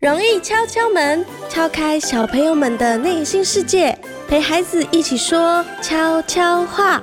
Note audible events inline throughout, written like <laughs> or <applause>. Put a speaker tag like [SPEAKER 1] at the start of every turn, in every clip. [SPEAKER 1] 容易敲敲门，敲开小朋友们的内心世界，陪孩子一起说悄悄话。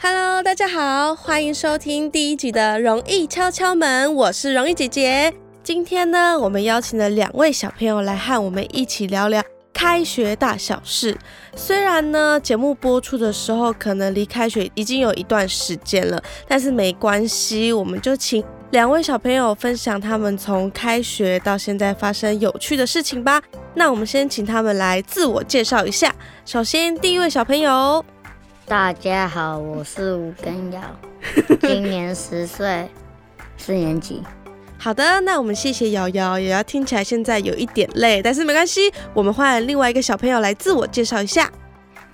[SPEAKER 1] Hello，大家好，欢迎收听第一集的《容易敲敲门》，我是容易姐姐。今天呢，我们邀请了两位小朋友来和我们一起聊聊开学大小事。虽然呢，节目播出的时候可能离开学已经有一段时间了，但是没关系，我们就请两位小朋友分享他们从开学到现在发生有趣的事情吧。那我们先请他们来自我介绍一下。首先，第一位小朋友，
[SPEAKER 2] 大家好，我是吴
[SPEAKER 1] <laughs>
[SPEAKER 2] 根尧，今年十岁，四年级。
[SPEAKER 1] 好的，那我们谢谢瑶瑶，瑶瑶听起来现在有一点累，但是没关系，我们换另外一个小朋友来自我介绍一下。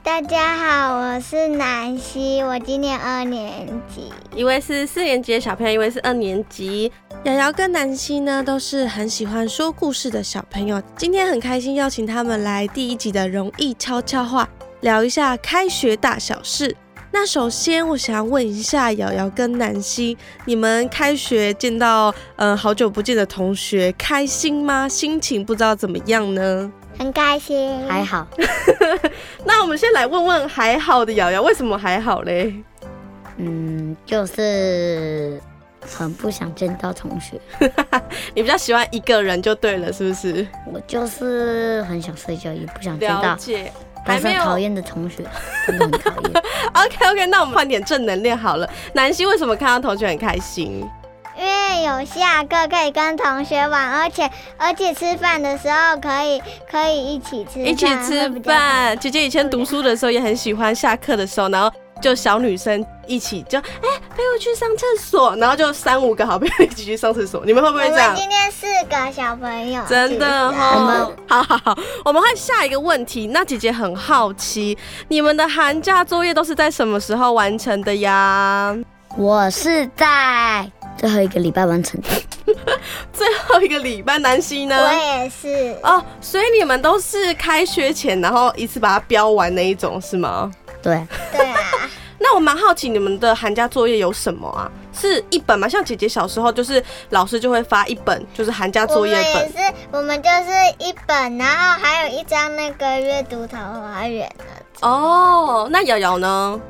[SPEAKER 3] 大家好，我是南希，我今年二年级。
[SPEAKER 1] 一位是四年级的小朋友，一位是二年级。瑶瑶跟南希呢都是很喜欢说故事的小朋友，今天很开心邀请他们来第一集的《容易悄悄话》，聊一下开学大小事。那首先，我想要问一下瑶瑶跟南希，你们开学见到嗯、呃好久不见的同学，开心吗？心情不知道怎么样呢？
[SPEAKER 3] 很开心，
[SPEAKER 2] 还好，
[SPEAKER 1] 那我们先来问问还好的瑶瑶，为什么还好嘞？
[SPEAKER 2] 嗯，就是很不想见到同学，
[SPEAKER 1] 你比较喜欢一个人就对了，是不是？
[SPEAKER 2] 我就是很想睡觉，也不想见到
[SPEAKER 1] 解，
[SPEAKER 2] 班
[SPEAKER 1] 还
[SPEAKER 2] 上
[SPEAKER 1] 没有
[SPEAKER 2] 讨厌的同学，真的很讨厌。 <laughs>
[SPEAKER 1] OK OK，那我们换点正能量好了。南希为什么看到同学很开心？
[SPEAKER 3] 因为有下课可以跟同学玩，而且而且吃饭的时候可以可以一起吃饭，
[SPEAKER 1] 一起吃
[SPEAKER 3] 会比较好。
[SPEAKER 1] 饭。姐姐以前读书的时候也很喜欢下课的时候，然后就小女生一起就哎、陪我去上厕所，然后就三五个好朋友一起去上厕所。你们会不
[SPEAKER 3] 我
[SPEAKER 1] 会这
[SPEAKER 3] 们
[SPEAKER 1] 样？
[SPEAKER 3] 今天四个小朋友，
[SPEAKER 1] 真的哦
[SPEAKER 2] 我
[SPEAKER 1] 哈、
[SPEAKER 2] 们
[SPEAKER 1] 好好好，我们换下一个问题。那姐姐很好奇，你们的寒假作业都是在什么时候完成的呀？
[SPEAKER 2] 我是在最后一个礼拜完成的，
[SPEAKER 1] 最后一个礼拜，南希呢？
[SPEAKER 3] 我也是，
[SPEAKER 1] 哦，所以你们都是开学前，然后一次把它标完那一种是吗？
[SPEAKER 2] 对，
[SPEAKER 1] <laughs>
[SPEAKER 3] 对啊，
[SPEAKER 1] 那我蛮好奇你们的寒假作业有什么啊？是一本吗？像姐姐小时候就是老师就会发一本，就是寒假
[SPEAKER 3] 我
[SPEAKER 1] 作
[SPEAKER 3] 们
[SPEAKER 1] 业
[SPEAKER 3] 也
[SPEAKER 1] 本。
[SPEAKER 3] 是，我们就是一本，然后还有一张那个阅读桃花源的，
[SPEAKER 1] 哦，那瑶瑶呢？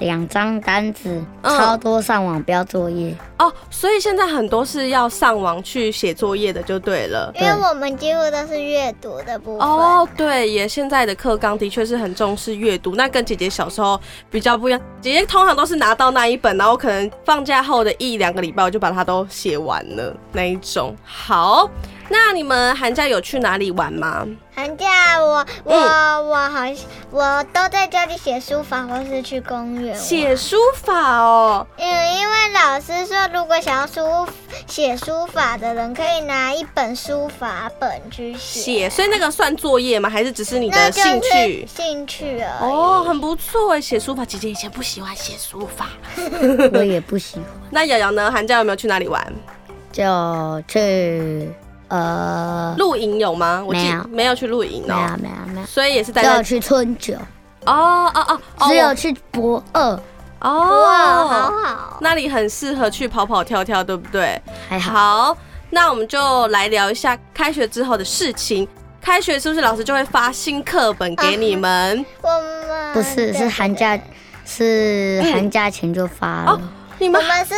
[SPEAKER 2] 两张单子，
[SPEAKER 1] 嗯
[SPEAKER 2] 超多上网标作业，
[SPEAKER 1] 哦，所以现在很多是要上网去写作业的，就对了。
[SPEAKER 3] 因为我们几乎都是阅读的部分。
[SPEAKER 1] 哦，对耶，现在的课纲的确是很重视阅读，那跟姐姐小时候比较不一样。姐姐通常都是拿到那一本，然后可能放假后的一两个礼拜，我就把它都写完了那一种。好，那你们寒假有去哪里玩吗？
[SPEAKER 3] 寒假我我、
[SPEAKER 1] 嗯
[SPEAKER 3] 我好像我都在家里写书法或是去公园玩。
[SPEAKER 1] 写书法哦，
[SPEAKER 3] 嗯，因为老师说，如果想要书写书法的人，可以拿一本书法本去写。
[SPEAKER 1] 写，所以那个算作业吗？还是只是你
[SPEAKER 3] 那
[SPEAKER 1] 的
[SPEAKER 3] 就
[SPEAKER 1] 兴趣
[SPEAKER 3] 是？兴趣而已。
[SPEAKER 1] 哦，很不错哎，写书法。姐姐以前不喜欢写书法。
[SPEAKER 2] 我也不喜欢。
[SPEAKER 1] 那瑶瑶呢？寒假有没有去哪里玩？
[SPEAKER 2] 就去呃，
[SPEAKER 1] 露营有吗？我记
[SPEAKER 2] 没有
[SPEAKER 1] 没有去露营
[SPEAKER 2] 没
[SPEAKER 1] 哦
[SPEAKER 2] 有，没啊有没有，
[SPEAKER 1] 所以也是待
[SPEAKER 2] 只有
[SPEAKER 1] 在
[SPEAKER 2] 去春酒，
[SPEAKER 1] 哦哦哦，哦
[SPEAKER 2] 只有去博二，
[SPEAKER 1] 我
[SPEAKER 3] 哇，好
[SPEAKER 1] 哦，
[SPEAKER 3] 好。
[SPEAKER 1] 那里很适合去跑跑跳跳，对不对？
[SPEAKER 2] 还好
[SPEAKER 1] 好，那我们就来聊一下开学之后的事情。开学是不是老师就会发新课本给你们？
[SPEAKER 3] 我们
[SPEAKER 2] 不是是寒假，是寒假前就发了，
[SPEAKER 1] 你
[SPEAKER 3] 我
[SPEAKER 1] 们
[SPEAKER 3] 们是，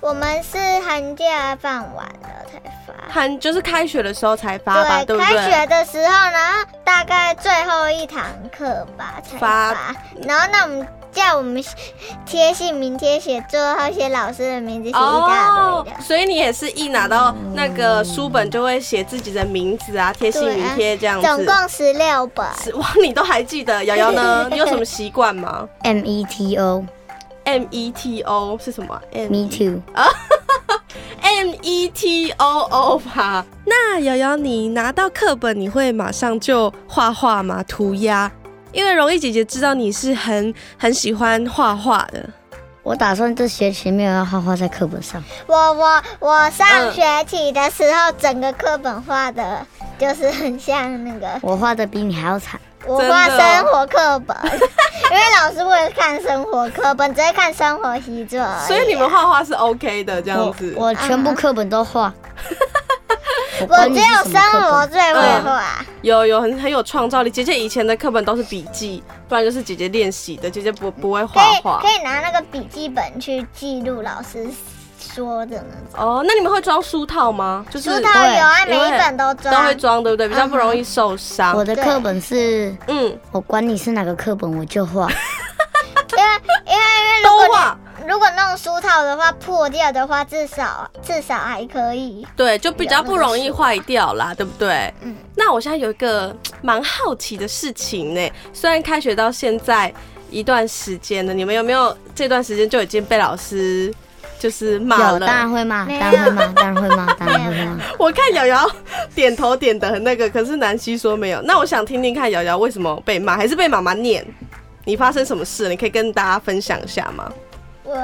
[SPEAKER 3] 我们是寒假放完了才发。
[SPEAKER 1] 寒就是开学的时候才发吧，对不
[SPEAKER 3] 开
[SPEAKER 1] 对？
[SPEAKER 3] 学的时候，然后大概最后一堂课吧才
[SPEAKER 1] 发
[SPEAKER 3] 发，然后那我们叫我们贴姓名、贴写最后写老师的名字，写一大堆
[SPEAKER 1] 哦
[SPEAKER 3] 的。
[SPEAKER 1] 所以你也是一拿到那个书本就会写自己的名字啊，贴姓名贴这样子。
[SPEAKER 3] 总共十六本，
[SPEAKER 1] 是哇，你都还记得？瑶瑶
[SPEAKER 3] <laughs>
[SPEAKER 1] 呢？你有什么习惯吗
[SPEAKER 2] M E T O
[SPEAKER 1] ？M E T O 是什么啊？M
[SPEAKER 2] Me Too，
[SPEAKER 1] M E T O O 吧。那瑶瑶，你拿到课本，你会马上就画画吗？涂鸦？因为容易姐姐知道你是很很喜欢画画的。
[SPEAKER 2] 我打算这学期没有要画画在课本上，
[SPEAKER 3] 我我我上学期的时候，整个课本画的就是很像那个
[SPEAKER 2] 我画的比你还要惨，
[SPEAKER 3] 我
[SPEAKER 1] 真的
[SPEAKER 3] 画
[SPEAKER 1] 哦
[SPEAKER 3] 生活课
[SPEAKER 1] <laughs>
[SPEAKER 3] 本，因为老师为了看生活课本，只会看生活习作而已啊，
[SPEAKER 1] 所以你们画画是 OK 的这样
[SPEAKER 2] 我
[SPEAKER 1] 子。
[SPEAKER 2] 我全部课本都画，我
[SPEAKER 3] 我
[SPEAKER 2] 管你
[SPEAKER 3] 只
[SPEAKER 2] 是
[SPEAKER 3] 有
[SPEAKER 2] 什么
[SPEAKER 3] 生
[SPEAKER 2] 课
[SPEAKER 3] 活
[SPEAKER 2] 本，
[SPEAKER 3] 最会画，
[SPEAKER 1] 有有很很有创造力。姐姐以前的课本都是笔记，不然就是姐姐练习的。姐姐不不会
[SPEAKER 3] 可
[SPEAKER 1] 画
[SPEAKER 3] 以
[SPEAKER 1] 画
[SPEAKER 2] 哎
[SPEAKER 3] 可。以拿那个笔记本去记录老师说的呢。
[SPEAKER 1] 哦，那你们会装书套吗？就是
[SPEAKER 3] 书套有啊，
[SPEAKER 1] 对
[SPEAKER 3] 每一本都
[SPEAKER 1] 都会
[SPEAKER 3] 装。
[SPEAKER 1] 装，对不对？比较不容易受伤。
[SPEAKER 2] 嗯我的
[SPEAKER 3] 对
[SPEAKER 2] 课本是，
[SPEAKER 1] 嗯，
[SPEAKER 2] 我管你是哪个课本，我就画。
[SPEAKER 1] 都画。
[SPEAKER 3] 如果弄书套的话，破掉的话，至少至少还可以。
[SPEAKER 1] 对，就比较不容易坏掉
[SPEAKER 2] <laughs>
[SPEAKER 1] 啦，对不对？
[SPEAKER 3] 嗯
[SPEAKER 1] 那我现在有一个嗯蛮好奇的事情呢，虽然开学到现在一段时间了，你们有没有这段时间就已经被老师就是骂
[SPEAKER 2] 有，当
[SPEAKER 1] 了？
[SPEAKER 2] 然会骂，
[SPEAKER 3] 没有
[SPEAKER 2] 当然会骂，当然会骂，当然会骂。
[SPEAKER 1] 我看瑶瑶点头点的很那个，可是南希说没有。那我想听听看瑶瑶为什么被骂，还是被妈妈念？你发生什么事？你可以跟大家分享一下吗？
[SPEAKER 3] <laughs> 我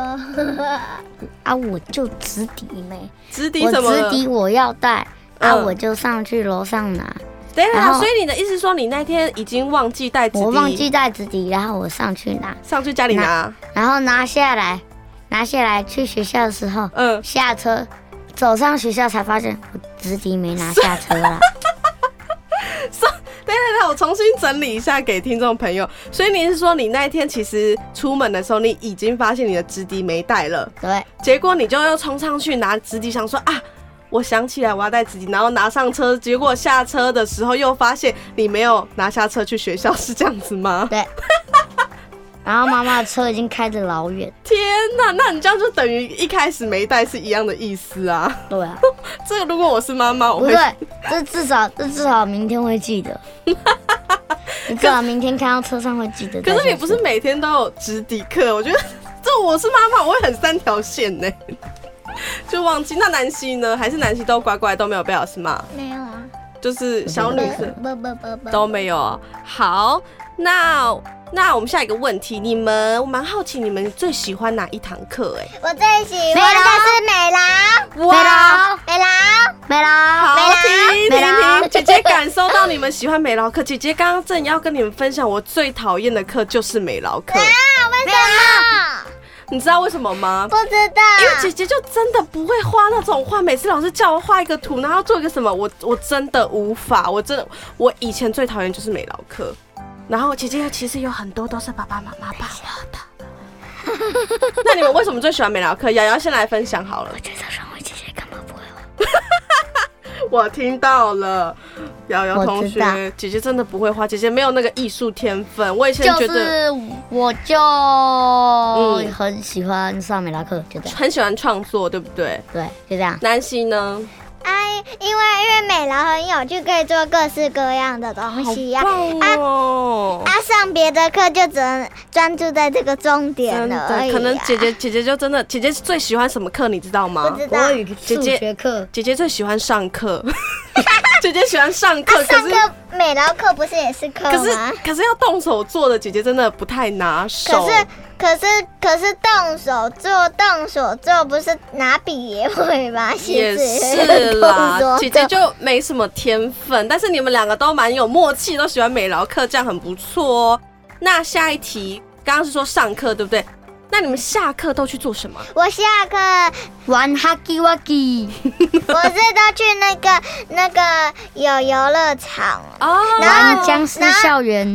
[SPEAKER 2] 啊，我就直抵没，
[SPEAKER 1] 直抵
[SPEAKER 2] 我
[SPEAKER 1] 什么了？
[SPEAKER 2] 直抵我要带，啊，
[SPEAKER 1] 嗯
[SPEAKER 2] 我就上去楼上拿，
[SPEAKER 1] 等一下，
[SPEAKER 2] 然后
[SPEAKER 1] 所以你的意思说你那天已经忘记带纸
[SPEAKER 2] 我
[SPEAKER 1] 笔
[SPEAKER 2] 忘记带直抵，然后我上去拿，
[SPEAKER 1] 上去家里拿？
[SPEAKER 2] 然后拿下来，拿下来去学校的时候，
[SPEAKER 1] 嗯，
[SPEAKER 2] 下车，走上学校才发现我直抵没拿下车
[SPEAKER 1] <laughs>
[SPEAKER 2] 啦。
[SPEAKER 1] 等一下，等一下，我重新整理一下给听众朋友。所以你是说，你那一天其实出门的时候，你已经发现你的纸笛没带了，
[SPEAKER 2] 对，
[SPEAKER 1] 结果你就又冲上去拿纸笛，想说啊，我想起来我要带纸笛，然后拿上车，结果下车的时候又发现你没有拿下车去学校，是这样子吗？
[SPEAKER 2] 然后妈妈的车已经开得老远。
[SPEAKER 1] <laughs> 天哪，那你这样就等于一开始没带是一样的意思啊。
[SPEAKER 2] 对啊，
[SPEAKER 1] 这个如果我是妈妈， <laughs> 我
[SPEAKER 2] 不
[SPEAKER 1] 会
[SPEAKER 2] 对，这至少这至少明天会
[SPEAKER 1] <laughs>
[SPEAKER 2] 记得。你至少明天看到车上会记得带
[SPEAKER 1] 可
[SPEAKER 2] 下去。
[SPEAKER 1] 是你不是每天都有直笛课，我觉得 <laughs> 这我是妈妈，我会很三条线呢， <laughs> 就忘记。那南希呢？还是南希都乖乖都没有被老师骂，
[SPEAKER 3] 没有啊，
[SPEAKER 1] 就是小
[SPEAKER 2] 都
[SPEAKER 1] 女
[SPEAKER 2] 没有
[SPEAKER 1] 生
[SPEAKER 3] 不不不不
[SPEAKER 1] 都没有啊。好，那那我们下一个问题，你们我蛮好奇你们最喜欢哪一堂课？哎，
[SPEAKER 3] 我最喜欢的是美劳，
[SPEAKER 2] 美劳
[SPEAKER 1] 哦
[SPEAKER 3] 美劳，
[SPEAKER 2] 没啦，
[SPEAKER 1] 好
[SPEAKER 2] 没啦，
[SPEAKER 1] 停停
[SPEAKER 2] 美劳
[SPEAKER 1] 停！
[SPEAKER 2] <laughs>
[SPEAKER 1] 姐姐感受到你们喜欢美劳课，姐姐刚刚正要跟你们分享，我最讨厌的课就是美劳课，
[SPEAKER 3] 为什么？
[SPEAKER 1] 你知道为什么吗？
[SPEAKER 3] 不知道，
[SPEAKER 2] 啊
[SPEAKER 1] 因为姐姐就真的不会画那种画，每次老师叫我画一个图，然后做一个什么，我我真的无法，我真的，我以前最讨厌就是美劳课，然后姐姐其实有很多都是爸爸妈妈帮我的。那你们为什么最喜欢美劳课？瑶瑶先来分享好了，
[SPEAKER 2] 觉得上回姐姐根本不会玩。
[SPEAKER 1] 我听到了，瑶瑶
[SPEAKER 2] 我
[SPEAKER 1] 同
[SPEAKER 2] 知道
[SPEAKER 1] 学，姐姐真的不会画，姐姐没有那个艺术天分。我以前觉
[SPEAKER 2] 就
[SPEAKER 1] 得
[SPEAKER 2] 是我就很喜欢上美拉克，就这样。
[SPEAKER 1] 很喜欢创作，对不对？
[SPEAKER 2] 对，就这样。
[SPEAKER 1] 南希呢？
[SPEAKER 3] 哎，因为因为美劳很有趣，可以做各式各样的东西呀、
[SPEAKER 1] 好棒哦！
[SPEAKER 3] 啊，上别的课就只能专注在这个重点
[SPEAKER 1] 真
[SPEAKER 3] 了
[SPEAKER 1] 的
[SPEAKER 3] 而已、啊。
[SPEAKER 1] 可能姐姐姐姐就真的，姐姐最喜欢什么课，你知道吗
[SPEAKER 3] 不？知道
[SPEAKER 2] 国语、
[SPEAKER 1] 姐
[SPEAKER 2] 数
[SPEAKER 1] 姐
[SPEAKER 2] 学课，
[SPEAKER 1] 姐姐最喜欢上课， <laughs> 姐姐喜欢上课，
[SPEAKER 3] 啊，
[SPEAKER 1] 可
[SPEAKER 3] 上
[SPEAKER 1] 是
[SPEAKER 3] 课美劳课不是也是课
[SPEAKER 1] 可是
[SPEAKER 3] 吗？
[SPEAKER 1] 可是要动手做的，姐姐真的不太拿手。
[SPEAKER 3] 可是可是可是动手做动手做，不是拿笔也会吗？ <laughs>
[SPEAKER 1] 也
[SPEAKER 3] 写
[SPEAKER 1] 是
[SPEAKER 3] 字
[SPEAKER 1] 啦，
[SPEAKER 3] <laughs> 动手
[SPEAKER 1] 姐姐
[SPEAKER 3] 做
[SPEAKER 1] 就没什么天分，但是你们两个都蛮有默契，都喜欢美劳课，这样很不错哦。那下一题，刚刚是说上课对不对？那你们下课都去做什么？
[SPEAKER 3] 我下课
[SPEAKER 2] 玩哈基哇基，
[SPEAKER 3] <laughs> 我是都去那个那个有游乐场，
[SPEAKER 1] 哦，
[SPEAKER 2] 玩僵尸校园，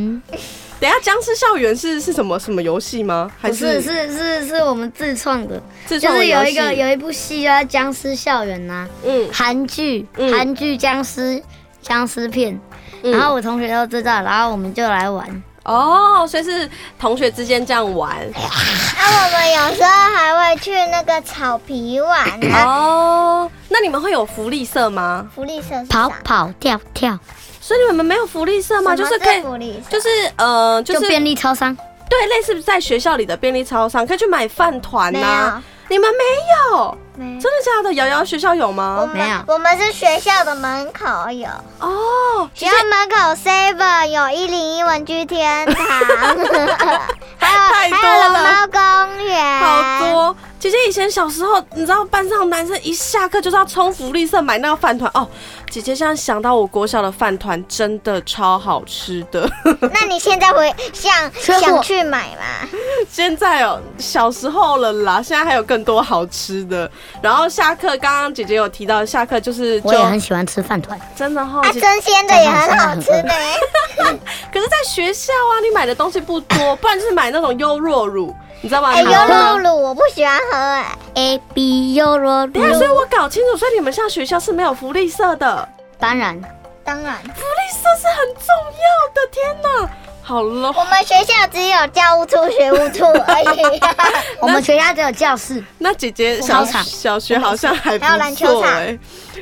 [SPEAKER 1] 等一下僵尸校园是是什么什么游戏吗？还
[SPEAKER 2] 不
[SPEAKER 1] 是
[SPEAKER 2] 是是是是我们自创的，
[SPEAKER 1] 自
[SPEAKER 2] 就
[SPEAKER 1] 创的
[SPEAKER 2] 是有
[SPEAKER 1] 游
[SPEAKER 2] 一个
[SPEAKER 1] 戏
[SPEAKER 2] 有一部戏叫《僵尸校园》呐，
[SPEAKER 1] 嗯
[SPEAKER 2] 韩剧，
[SPEAKER 1] 嗯
[SPEAKER 2] 韩剧僵尸僵尸片，
[SPEAKER 1] 嗯
[SPEAKER 2] 然后我同学都知道，然后我们就来玩，
[SPEAKER 1] 哦，所以是同学之间这样玩
[SPEAKER 3] 啊，我们有时候还会去那个草皮玩啊，
[SPEAKER 1] 哦。那你们会有福利社吗？
[SPEAKER 3] 福利社是
[SPEAKER 2] 跑
[SPEAKER 3] 啥
[SPEAKER 2] 跑跳跳，
[SPEAKER 1] 所以你们没有福利社吗？就
[SPEAKER 3] 什么
[SPEAKER 1] 是可以，
[SPEAKER 3] 福利社，
[SPEAKER 1] 就是呃，就
[SPEAKER 2] 就是便利超商，
[SPEAKER 1] 对，类似在学校里的便利超商可以去买饭团
[SPEAKER 3] 没
[SPEAKER 1] 呐
[SPEAKER 3] 有。
[SPEAKER 1] 你们没有？
[SPEAKER 3] 没有
[SPEAKER 1] 真的假的？瑶瑶学校有
[SPEAKER 3] 我
[SPEAKER 1] 吗？
[SPEAKER 3] 们
[SPEAKER 2] 没有
[SPEAKER 3] 我们是学校的门口有，
[SPEAKER 1] 哦，
[SPEAKER 3] 学校门口 Seven 有一零一文具天堂，还有
[SPEAKER 1] 太多
[SPEAKER 3] 啊还有
[SPEAKER 1] 了
[SPEAKER 3] 龙猫公园，
[SPEAKER 1] 好多。姐姐以前小时候，你知道班上男生一下课就是要冲福利社买那个饭团哦。姐姐现在想到我国小的饭团真的超好吃的。
[SPEAKER 3] 那你现在回想
[SPEAKER 2] 吃货
[SPEAKER 3] 想去买吗？
[SPEAKER 1] 现在哦，小时候了啦，现在还有更多好吃的。然后下课，刚刚姐姐有提到下课就是就
[SPEAKER 2] 我也很喜欢吃饭团，
[SPEAKER 1] 真的哈、
[SPEAKER 3] 啊，
[SPEAKER 1] 姐姐
[SPEAKER 3] 生鲜的也很好吃的欸，
[SPEAKER 1] 可是在学校啊，你买的东西不多，不然就是买那种优酪乳，你知道吗？
[SPEAKER 3] 哎，
[SPEAKER 1] 你
[SPEAKER 3] 优
[SPEAKER 1] 买那
[SPEAKER 3] 酪
[SPEAKER 1] 种。
[SPEAKER 3] 乳我不喜欢喝哎，
[SPEAKER 2] A B 优酪
[SPEAKER 1] 等一啊下，所以
[SPEAKER 2] 乳，
[SPEAKER 1] 我搞清楚，所以你们像学校是没有福利社的，
[SPEAKER 2] 当然
[SPEAKER 3] 当然，
[SPEAKER 1] 福利社是很重要的。天哪，好了，
[SPEAKER 3] 我们学校只有教务处、学务处而已，啊
[SPEAKER 1] <laughs>
[SPEAKER 2] 我们学校只有教室，
[SPEAKER 1] 那姐姐小
[SPEAKER 2] 操场
[SPEAKER 1] 小学好像还不
[SPEAKER 3] 还有篮
[SPEAKER 1] 错
[SPEAKER 3] 球场
[SPEAKER 1] 哎、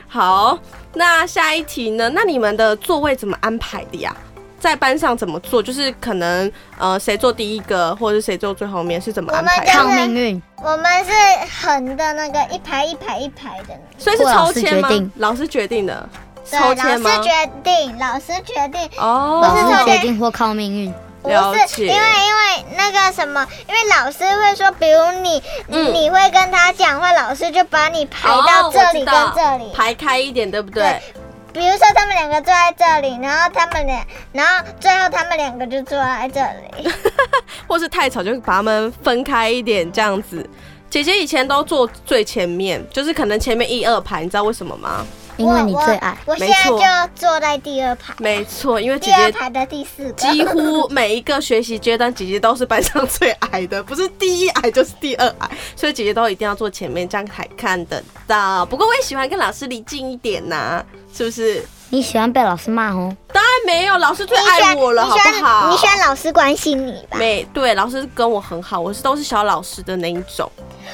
[SPEAKER 1] 好，那下一题呢？那你们的座位怎么安排的呀？在班上怎么做？就是可能呃谁坐第一个，或者是谁坐最后面，是怎么安排
[SPEAKER 3] 我们
[SPEAKER 1] 的？
[SPEAKER 3] 的
[SPEAKER 2] 靠命运。
[SPEAKER 3] 我们是横的那个一排一排一排的，
[SPEAKER 1] 所以是
[SPEAKER 2] 或
[SPEAKER 1] 抽
[SPEAKER 2] 老师
[SPEAKER 1] 签吗
[SPEAKER 2] 决定？
[SPEAKER 1] 老师决定的，
[SPEAKER 3] 对，
[SPEAKER 1] 抽
[SPEAKER 3] 老
[SPEAKER 1] 签
[SPEAKER 3] 师
[SPEAKER 1] 吗？
[SPEAKER 3] 决定，老师决定，
[SPEAKER 1] 哦，
[SPEAKER 3] 不是
[SPEAKER 2] 老师
[SPEAKER 3] 说
[SPEAKER 2] 决定或靠命运，
[SPEAKER 3] 不
[SPEAKER 1] 了
[SPEAKER 3] 是，
[SPEAKER 1] 解
[SPEAKER 3] 因为因为那个什么，因为老师会说，比如你、
[SPEAKER 1] 嗯
[SPEAKER 3] 你会跟他讲话，老师就把你排到这里
[SPEAKER 1] 哦
[SPEAKER 3] 跟这里。
[SPEAKER 1] 排开一点，对不对？
[SPEAKER 3] 比如说他们两个坐在这里，然后他们俩，然后最后他们两个就坐在这里。
[SPEAKER 1] 或是太吵，就把他们分开一点，这样子。姐姐以前都坐最前面，就是可能前面一二排，你知道为什么吗？
[SPEAKER 2] 因为你最爱。
[SPEAKER 3] 我我
[SPEAKER 1] 没
[SPEAKER 3] 现在
[SPEAKER 1] 错
[SPEAKER 3] 就坐在第二排，
[SPEAKER 1] 没错，因为姐
[SPEAKER 3] 第二
[SPEAKER 1] 姐
[SPEAKER 3] 排的第四个。
[SPEAKER 1] 几乎每一个学习阶段，姐姐都是班上最矮的，不是第一矮就是第二矮，所以姐姐都一定要坐前面，这样才看得到。不过我也喜欢跟老师离近一点呐、是不是？
[SPEAKER 2] 你喜欢被老师骂哦？
[SPEAKER 1] 当然没有，老师最
[SPEAKER 3] 你喜
[SPEAKER 1] 爱
[SPEAKER 3] 欢
[SPEAKER 1] 我了，好
[SPEAKER 3] 你喜欢
[SPEAKER 1] 不好？
[SPEAKER 3] 你喜欢老师关心你吧？
[SPEAKER 1] 没对，老师跟我很好，我是都是小老师的那一种，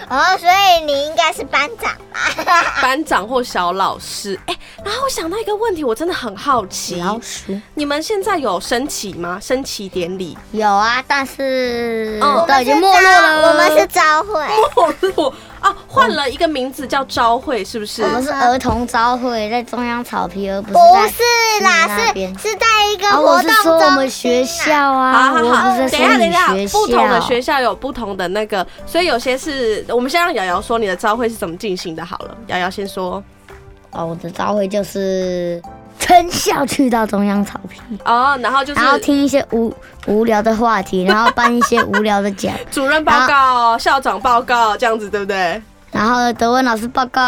[SPEAKER 3] 哦，所以你应该是班长
[SPEAKER 2] 啊
[SPEAKER 3] <laughs> 吧？
[SPEAKER 1] 班长或小老师。哎、然后我想到一个问题，我真的很好奇，
[SPEAKER 2] 老鼠
[SPEAKER 1] 你们现在有升旗吗？升旗典礼？
[SPEAKER 2] 有啊，但哦是
[SPEAKER 1] 嗯
[SPEAKER 2] 都已经没落了。
[SPEAKER 3] 我们是招会，
[SPEAKER 1] 哦，我啊，换了一个名字叫朝会，是不是？
[SPEAKER 2] 我们是儿童朝会，在中央草皮，而不是
[SPEAKER 3] 不
[SPEAKER 2] 在。
[SPEAKER 3] 是啦，
[SPEAKER 2] 你那边
[SPEAKER 3] 是是在一个
[SPEAKER 2] 啊，
[SPEAKER 3] 活
[SPEAKER 2] 我是
[SPEAKER 3] 动
[SPEAKER 2] 说我
[SPEAKER 3] 中
[SPEAKER 2] 们学
[SPEAKER 3] 心
[SPEAKER 2] 校
[SPEAKER 3] 啊。
[SPEAKER 2] 啊，
[SPEAKER 1] 好
[SPEAKER 2] 我
[SPEAKER 1] 好
[SPEAKER 2] 又
[SPEAKER 1] 好，
[SPEAKER 2] 不
[SPEAKER 1] 等
[SPEAKER 2] 是
[SPEAKER 1] 一
[SPEAKER 2] 在
[SPEAKER 1] 下，等一下
[SPEAKER 2] 说你，
[SPEAKER 1] 不
[SPEAKER 2] 学
[SPEAKER 1] 同的
[SPEAKER 2] 校。
[SPEAKER 1] 学校有不同的那个，所以有些是我们先让瑶瑶说你的招会是怎么进行的，好了，瑶瑶先说。
[SPEAKER 2] 哦，我的朝会就是全校去到中央草皮，
[SPEAKER 1] 哦，然后就是
[SPEAKER 2] 然后听一些无无聊的话题，然后颁一些无聊的奖，
[SPEAKER 1] 主任报告、校长报告这样子，对不对？
[SPEAKER 2] 然后德文老师报告，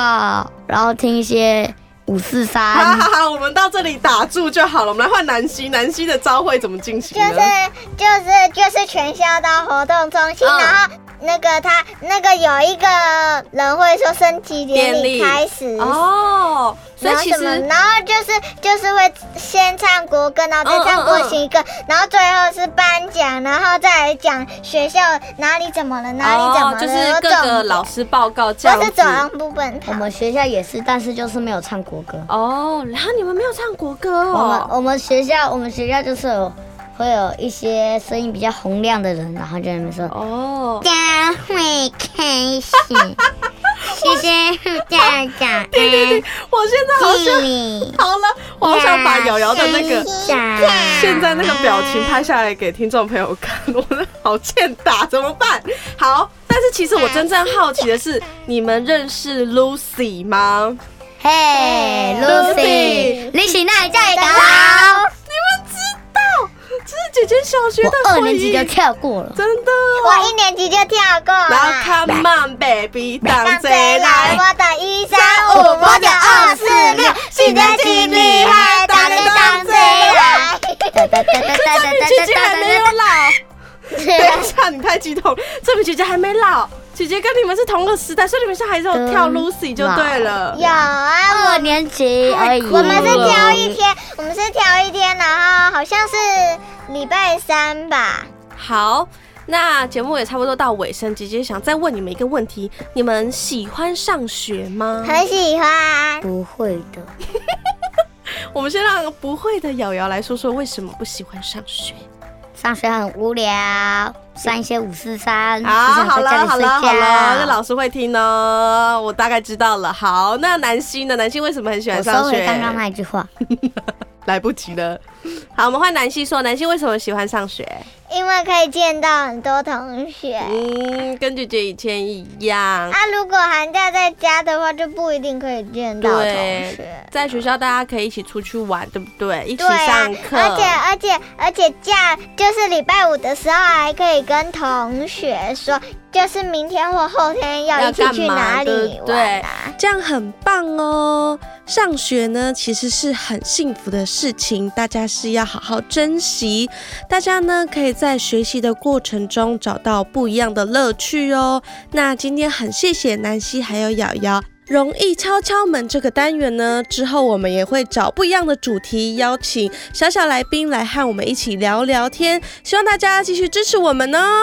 [SPEAKER 2] 然后听一些五四
[SPEAKER 1] 好
[SPEAKER 2] 三
[SPEAKER 1] <laughs> 好。好，我们到这里打住就好了。我们来换南希，南希的招会怎么进行
[SPEAKER 3] 就
[SPEAKER 1] 呢？
[SPEAKER 3] 是就是就是全校到活动中心，
[SPEAKER 1] 嗯
[SPEAKER 3] 然后那个他那个有一个人会说升旗典
[SPEAKER 1] 典礼
[SPEAKER 3] 礼开始，
[SPEAKER 1] 哦，所以
[SPEAKER 3] 然后
[SPEAKER 1] 其
[SPEAKER 3] 什么，
[SPEAKER 1] 实
[SPEAKER 3] 然后就是就是会先唱国歌，然后
[SPEAKER 1] 嗯
[SPEAKER 3] 再唱国
[SPEAKER 1] 嗯嗯
[SPEAKER 3] 行歌，然后最后是颁奖，然后再来讲学校哪里怎么了，哪里怎么
[SPEAKER 1] 哦
[SPEAKER 3] 了，，
[SPEAKER 1] 就是各个老师报告这样
[SPEAKER 3] 都是
[SPEAKER 1] 子
[SPEAKER 3] 走。廊不奔跑
[SPEAKER 2] 我。们学校也是，但是就是没有唱国歌。
[SPEAKER 1] 哦，然后你们没有唱国歌
[SPEAKER 2] 我们
[SPEAKER 1] 哦。
[SPEAKER 2] 我们学校我们学校就是有会有一些声音比较洪亮的人，然后就在那边说
[SPEAKER 1] 哦，
[SPEAKER 2] 大家会开始，
[SPEAKER 1] <laughs>
[SPEAKER 2] 谢谢大家安
[SPEAKER 1] 我现在好像
[SPEAKER 2] 理。
[SPEAKER 1] 好了，我好想把瑶瑶的那个。现在那个表情拍下来给听众朋友看，我真的好欠打，怎么办？好，但是其实我真正好奇的是，你们认识 Lucy 吗？
[SPEAKER 2] 嘿、l u c y 你是哪里
[SPEAKER 1] <laughs>
[SPEAKER 2] 在的？
[SPEAKER 1] 这是姐姐小学
[SPEAKER 2] 我
[SPEAKER 1] 的
[SPEAKER 2] 二
[SPEAKER 1] 回
[SPEAKER 2] 年级
[SPEAKER 1] 忆
[SPEAKER 2] 就，跳过了。
[SPEAKER 1] 真的。
[SPEAKER 3] 我一年级就跳过了。
[SPEAKER 1] 然后 Come on baby，
[SPEAKER 3] 让
[SPEAKER 1] 当
[SPEAKER 3] 谁
[SPEAKER 1] 贼
[SPEAKER 3] 来？
[SPEAKER 1] 来。
[SPEAKER 3] 我的一三五，我的二四六，现在挺厉害，大家当谁来？
[SPEAKER 2] 哒哒哒哒哒哒
[SPEAKER 1] 这比姐姐还没有老。等一
[SPEAKER 3] 对
[SPEAKER 1] 下，你太激动了，这比姐姐还没老。姐姐跟你们是同个时代，所以你们现在还是有跳
[SPEAKER 2] 嗯
[SPEAKER 1] Lucy 就对了。
[SPEAKER 3] 有啊，
[SPEAKER 2] 二年级而
[SPEAKER 1] 哎
[SPEAKER 2] 已。
[SPEAKER 3] 我我们是
[SPEAKER 1] 哦
[SPEAKER 3] 挑一天，我们是挑一天，然后好像是礼拜三吧。
[SPEAKER 1] 好，那节目也差不多到尾声，姐姐想再问你们一个问题：你们喜欢上学吗？
[SPEAKER 3] 很喜欢，
[SPEAKER 2] 不会的，
[SPEAKER 1] 我们先让不会的瑶瑶来说说为什么不喜欢上学。
[SPEAKER 2] 上学很无聊，上一些五四三，
[SPEAKER 1] <laughs>
[SPEAKER 2] 只
[SPEAKER 1] 啊，
[SPEAKER 2] 想
[SPEAKER 1] 好
[SPEAKER 2] 在
[SPEAKER 1] 了
[SPEAKER 2] 家里
[SPEAKER 1] 好
[SPEAKER 2] 睡
[SPEAKER 1] 了
[SPEAKER 2] 觉。
[SPEAKER 1] 好了，那老师会听哦，我大概知道了。好，那南希呢？南希为什么很喜
[SPEAKER 2] 我
[SPEAKER 1] 欢
[SPEAKER 2] 收
[SPEAKER 1] 上
[SPEAKER 2] 回
[SPEAKER 1] 学？
[SPEAKER 2] 刚刚那一句话，
[SPEAKER 1] 来不及了。好，我们换南希说，南希为什么喜欢上学？
[SPEAKER 3] 因为可以见到很多同学。
[SPEAKER 1] 嗯，跟姐姐以前一样。
[SPEAKER 3] 啊，如果寒假在家的话，就不一定可以见到同
[SPEAKER 1] 对
[SPEAKER 3] 学，。
[SPEAKER 1] 在学校大家可以一起出去玩，对不对？一起
[SPEAKER 3] 对啊
[SPEAKER 1] 上，课，
[SPEAKER 3] 而且而且而且假就是礼拜五的时候，还可以跟同学说，就是明天或后天要
[SPEAKER 1] 要
[SPEAKER 3] 一起
[SPEAKER 1] 干
[SPEAKER 3] 去
[SPEAKER 1] 嘛
[SPEAKER 3] 哪
[SPEAKER 1] 对
[SPEAKER 3] 里
[SPEAKER 1] 不对
[SPEAKER 3] 玩啊。
[SPEAKER 1] 这样很棒哦。上学呢，其实是很幸福的事情，大家是要好好珍惜。大家呢，可以在学习的过程中找到不一样的乐趣哦。那今天很谢谢南希还有瑶瑶。容易敲敲门这个单元呢，之后我们也会找不一样的主题，邀请小小来宾来和我们一起聊聊天。希望大家继续支持我们哦。